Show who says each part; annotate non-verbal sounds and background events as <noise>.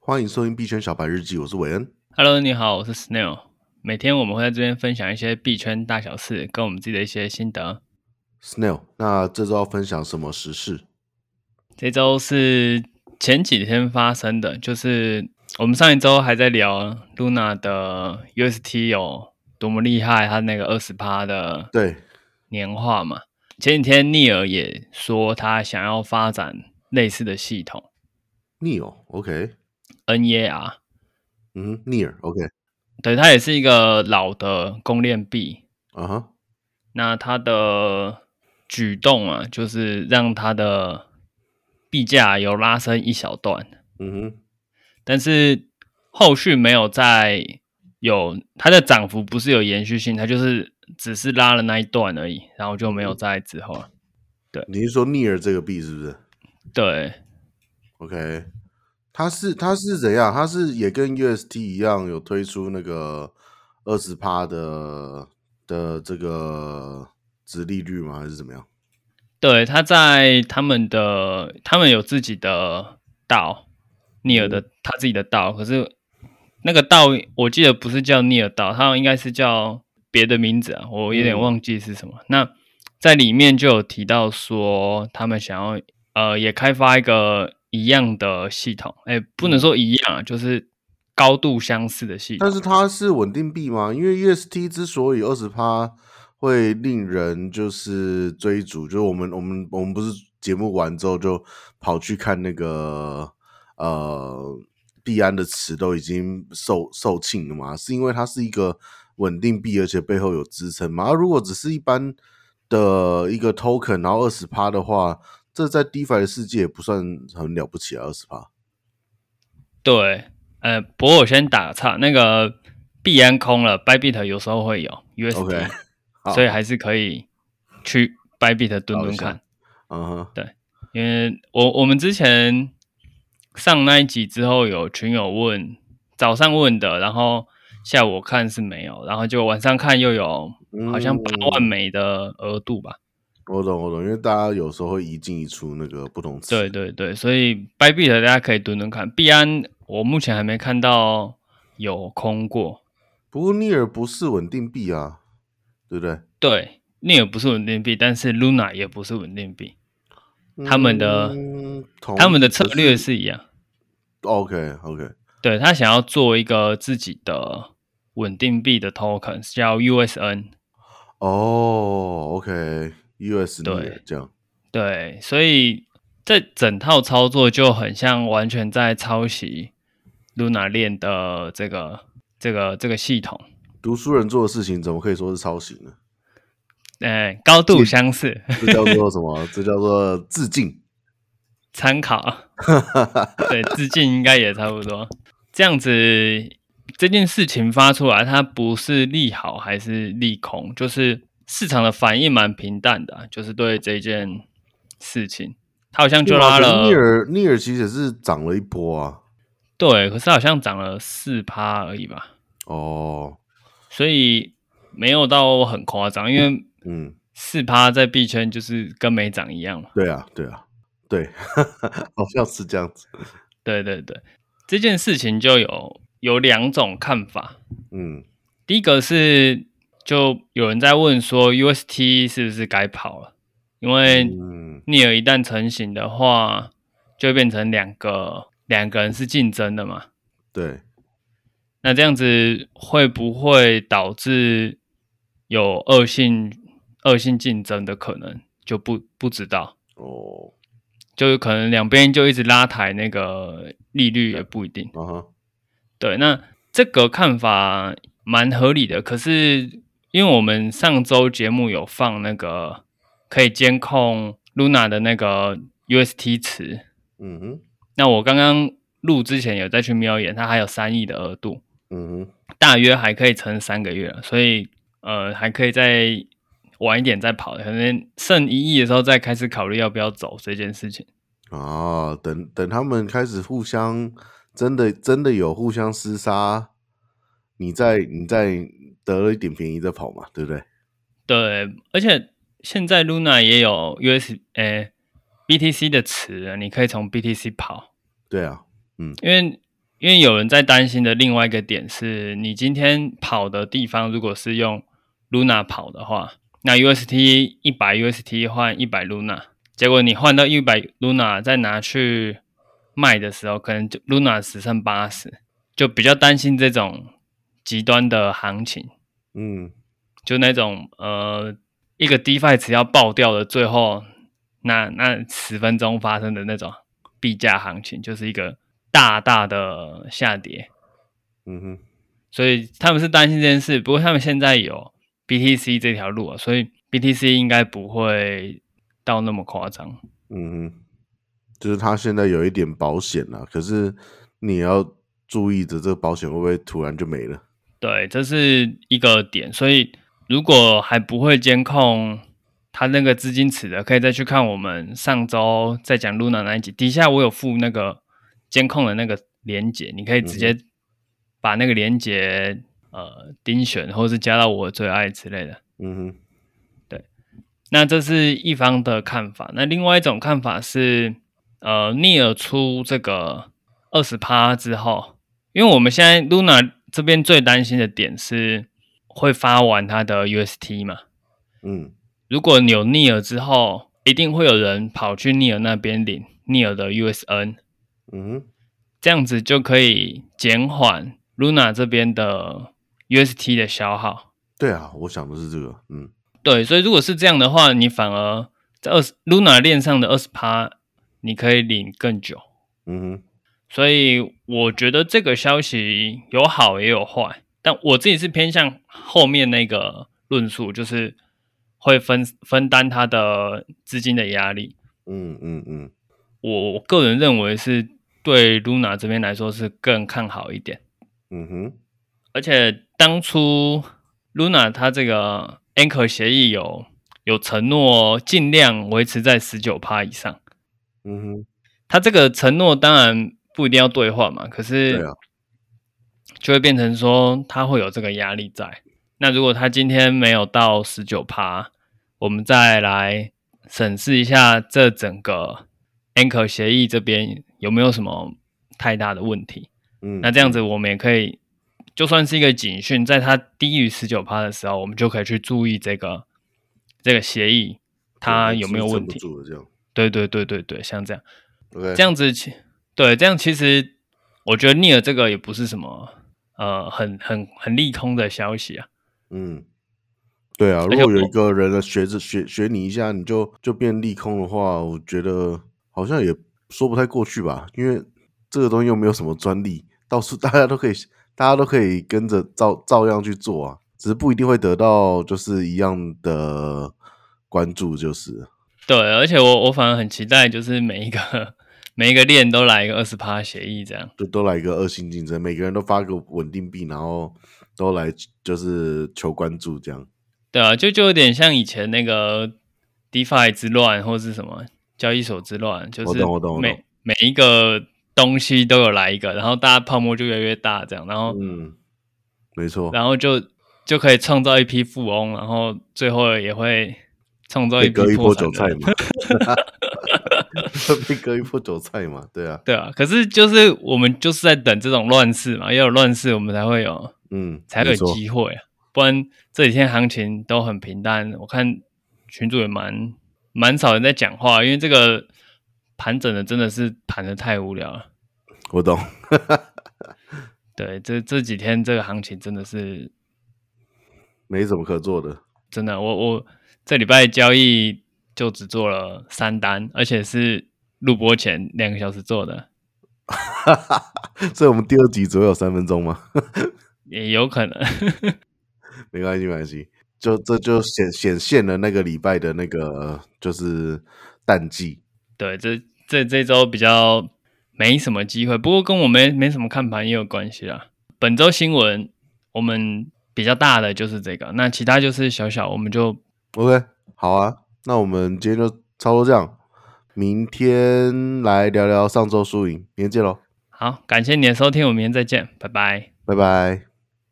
Speaker 1: 欢迎收听币圈小白日记，我是韦恩。
Speaker 2: Hello，你好，我是 Snail。每天我们会在这边分享一些币圈大小事，跟我们自己的一些心得。
Speaker 1: Snail，那这周要分享什么时事？
Speaker 2: 这周是前几天发生的，就是我们上一周还在聊 Luna 的 UST 有多么厉害，它那个二十趴的
Speaker 1: 对，
Speaker 2: 年化嘛。前几天逆尔也说他想要发展类似的系统
Speaker 1: Neo，OK，
Speaker 2: NER，
Speaker 1: 嗯，Near，OK，
Speaker 2: 对，它也是一个老的公链币，
Speaker 1: 啊哈，
Speaker 2: 那他的举动啊，就是让他的币价有拉升一小段，
Speaker 1: 嗯哼，
Speaker 2: 但是后续没有再有它的涨幅不是有延续性，它就是只是拉了那一段而已，然后就没有在之后了。
Speaker 1: 你是说 Near 这个币是不是
Speaker 2: 对，
Speaker 1: ？OK，它是它是怎样？它是也跟 UST 一样有推出那个二十趴的的这个值利率吗？还是怎么样？
Speaker 2: 对，他在他们的他们有自己的道，尼尔的
Speaker 1: 嗯
Speaker 2: 他自己的道，可是那个道我记得不是叫尼尔道，它应该是叫别的名字啊，我有点
Speaker 1: 嗯
Speaker 2: 忘记是什么。那在里面就有提到说，他们想要呃也开发一个一样的系统，哎，不能说一样啊，就是高度相似的系统
Speaker 1: 嗯但。是它是稳定币吗？因为 UST 之所以二十趴会令人就是追逐，就是我们我们我们不是节目完之后就跑去看那个呃币安的池都已经售售罄了嘛？是因为它是一个稳定币，而且背后有支撑嘛？而如果只是一般的一个 token，然后二十趴的话，这在 DeFi 的世界也不算很了不起啊，二十趴。
Speaker 2: 对，呃，不过我先打个岔，那个币安空了，Bybit 有时候会有 USD，、
Speaker 1: OK，好
Speaker 2: 所以还是可以去 Bybit 蹲
Speaker 1: 搞一
Speaker 2: 蹲
Speaker 1: 下
Speaker 2: 看，
Speaker 1: 嗯哼，
Speaker 2: 因为我我们之前上那一集之后，有群友问，早上问的，然后下午我看是没有，然后就晚上看又有好像八
Speaker 1: 嗯
Speaker 2: 万美的额度吧，
Speaker 1: 我懂，我懂，因为大家有时候会一进一出那个不同词。
Speaker 2: 对，对对，所以 Bybit 大家可以蹲蹲看，币安我目前还没看到有空过。
Speaker 1: 不过尼尔不是稳定币啊，对不对？
Speaker 2: 对，那也不是稳定币，但是 Luna 也不是稳定币，他们的
Speaker 1: 嗯、
Speaker 2: 他们的策略
Speaker 1: 是
Speaker 2: 是一样。
Speaker 1: OK OK，
Speaker 2: 对他想要做一个自己的稳定币的 token，叫 USN。
Speaker 1: 哦、o k US 尼尔
Speaker 2: 对
Speaker 1: 这样，
Speaker 2: 对，所以这整套操作就很像完全在抄袭 Luna 链的这个这个这个系统，
Speaker 1: 读书人做的事情怎么可以说是抄袭呢？
Speaker 2: 呃，高度相似，
Speaker 1: 这叫做什么？这叫做致敬。
Speaker 2: 参考。对，致敬应该也差不多。这样子，这件事情发出来，它不是利好还是利空，就是市场的反应蛮平淡的啊、就是对这件事情，它好像 <laughs> 就拉了
Speaker 1: 尼，尔尼尔其实也是涨了一波啊。
Speaker 2: 对，可是好像涨了四趴而已吧，
Speaker 1: 哦、
Speaker 2: 所以没有到很夸张，因为
Speaker 1: 嗯，
Speaker 2: 四趴在币圈就是跟没涨一样嘛。
Speaker 1: 对啊，对啊，对， <laughs> 好像是这样子。
Speaker 2: 对对对，这件事情就有有两种看法，
Speaker 1: 嗯
Speaker 2: 第一个是，就有人在问说，UST 是不是该跑了？因为
Speaker 1: 嗯
Speaker 2: 逆尔一旦成型的话，就会变成两个两个人是竞争的嘛。
Speaker 1: 对，
Speaker 2: 那这样子会不会导致有恶性恶性竞争的可能？就不不知道，
Speaker 1: 哦、
Speaker 2: 就可能两边就一直拉抬那个利率也不一定。
Speaker 1: 啊哈，
Speaker 2: 对，那这个看法蛮合理的。可是因为我们上周节目有放那个可以监控 Luna 的那个 UST 池，
Speaker 1: 嗯哼，
Speaker 2: 那我刚刚录之前有再去瞄一眼，它还有三亿的额度，
Speaker 1: 嗯哼，
Speaker 2: 大约还可以撑三个月了，所以呃还可以再晚一点再跑，可能剩一亿的时候再开始考虑要不要走这件事情。
Speaker 1: 啊，等等，他们开始互相真的真的有互相厮杀，你再你再得了一点便宜再跑嘛，对不对？
Speaker 2: 对，而且现在 Luna 也有 US 诶 BTC 的词，你可以从 BTC 跑，
Speaker 1: 对啊，
Speaker 2: 因为因为有人在担心的另外一个点是，你今天跑的地方如果是用 Luna 跑的话，那 UST 一百 UST 换一百 Luna，结果你换到一百 Luna 再拿去卖的时候，可能就 Luna 只剩八十，就比较担心这种极端的行情，
Speaker 1: 嗯，
Speaker 2: 就那种呃一个 DeFi 只要爆掉的最后那那十分钟发生的那种币价行情，就是一个大大的下跌。
Speaker 1: 嗯哼，
Speaker 2: 所以他们是担心这件事。不过他们现在有 BTC 这条路啊，所以 BTC 应该不会到那么夸张。
Speaker 1: 嗯哼，就是他现在有一点保险啦，可是你也要注意着这个保险会不会突然就没了。
Speaker 2: 对，这是一个点。所以如果还不会监控他那个资金池的，可以再去看我们上周在讲 Luna 那一集，底下我有附那个监控的那个连接，你可以直接把那个连接呃钉选，或是加到我最爱之类的。
Speaker 1: 嗯哼，
Speaker 2: 那这是一方的看法。那另外一种看法是，呃，逆耳出这个二十趴之后，因为我们现在 Luna 这边最担心的点是会发完它的 UST 嘛。
Speaker 1: 嗯
Speaker 2: 如果你有逆耳之后，一定会有人跑去逆耳那边领逆耳的 USN，
Speaker 1: 嗯哼，
Speaker 2: 这样子就可以减缓 Luna 这边的 UST 的消耗。
Speaker 1: 对啊，我想的是这个。嗯
Speaker 2: 对，所以如果是这样的话，你反而在二十 Luna 链上的二十趴，你可以领更久。
Speaker 1: 嗯哼，
Speaker 2: 所以我觉得这个消息有好也有坏，但我自己是偏向后面那个论述，就是会分分担它的资金的压力。
Speaker 1: 嗯嗯嗯
Speaker 2: 我我个人认为是对 Luna 这边来说是更看好一点。
Speaker 1: 嗯哼，
Speaker 2: 而且当初 Luna 它这个 Anchor 协议有有承诺尽量维持在十九趴以上，
Speaker 1: 嗯哼，
Speaker 2: 它这个承诺当然不一定要兑换嘛，可
Speaker 1: 对
Speaker 2: 是
Speaker 1: 啊，
Speaker 2: 就会变成说它会有这个压力在。那如果它今天没有到十九趴，我们再来审视一下这整个 Anchor 协议这边有没有什么太大的问题。
Speaker 1: 嗯，
Speaker 2: 那这样子，我们也可以，就算是一个警讯，在它低于十九趴的时候，我们就可以去注意这个这个协议它有没有问题。
Speaker 1: 对？啊我是撑不住的这样
Speaker 2: 对对对对对，像这样，
Speaker 1: ，OK，
Speaker 2: 这样子其对这样其实我觉得逆了这个也不是什么呃很很很利空的消息啊。
Speaker 1: 嗯，对啊，如
Speaker 2: 且
Speaker 1: 果有
Speaker 2: 我
Speaker 1: 一个人来学着学学你一下，你就就变利空的话，我觉得好像也说不太过去吧，因为这个东西又没有什么专利，到处 <laughs> 大家都可以，大家都可以跟着照照样去做啊，只是不一定会得到就是一样的关注，就是了
Speaker 2: 对，而且我我反而很期待，就是每一个 <laughs> 每一个链都来一个二十趴协议这样。
Speaker 1: 就都来一个恶性竞争，每个人都发个稳定币，然后都来就是求关注这样。
Speaker 2: 对啊，就就有点像以前那个 DeFi 之乱，或是什么交易所之乱，就
Speaker 1: 我
Speaker 2: 是
Speaker 1: 懂我懂我懂
Speaker 2: 每每一个东西都有来一个，然后大家泡沫就越来越大，这样，然后、
Speaker 1: 嗯，没错，
Speaker 2: 然后就就可以创造一批富翁，然后最后也会创造
Speaker 1: 被
Speaker 2: 一批
Speaker 1: 割一波
Speaker 2: 破产
Speaker 1: 韭
Speaker 2: 的
Speaker 1: 菜
Speaker 2: 人。
Speaker 1: 嘛， <laughs> 被割一波韭菜嘛，对啊，
Speaker 2: 对啊，可是就是我们就是在等这种乱世嘛，要有乱世我们才会有
Speaker 1: 嗯，
Speaker 2: 才
Speaker 1: 没
Speaker 2: 会有
Speaker 1: 错，
Speaker 2: 机会啊，不然这几天行情都很平淡。我看群主也蛮蛮少人在讲话，因为这个盘整的真的是盘的太无聊了。
Speaker 1: 我懂，
Speaker 2: 对，这这几天这个行情真的是
Speaker 1: 没什么可做的， <laughs>
Speaker 2: 真的，我我这礼拜交易就只做了三单，而且是录播前两个小时做的，
Speaker 1: 所以我们第二集只会有三分钟吗？ <laughs>
Speaker 2: 也有可能。
Speaker 1: 没关系，没关系，就这就显显现了那个礼拜的那个就是淡季，
Speaker 2: 对，这这这周比较没什么机会，不过跟我没没什么看盘也有关系啦。本周新闻我们比较大的就是这个，那其他就是小小，我们就
Speaker 1: OK，好啊，那我们今天就差不多这样，明天来聊聊上周输赢，明天见喽，
Speaker 2: 好。感谢你的收听，我们明天再见，拜拜。
Speaker 1: 拜拜。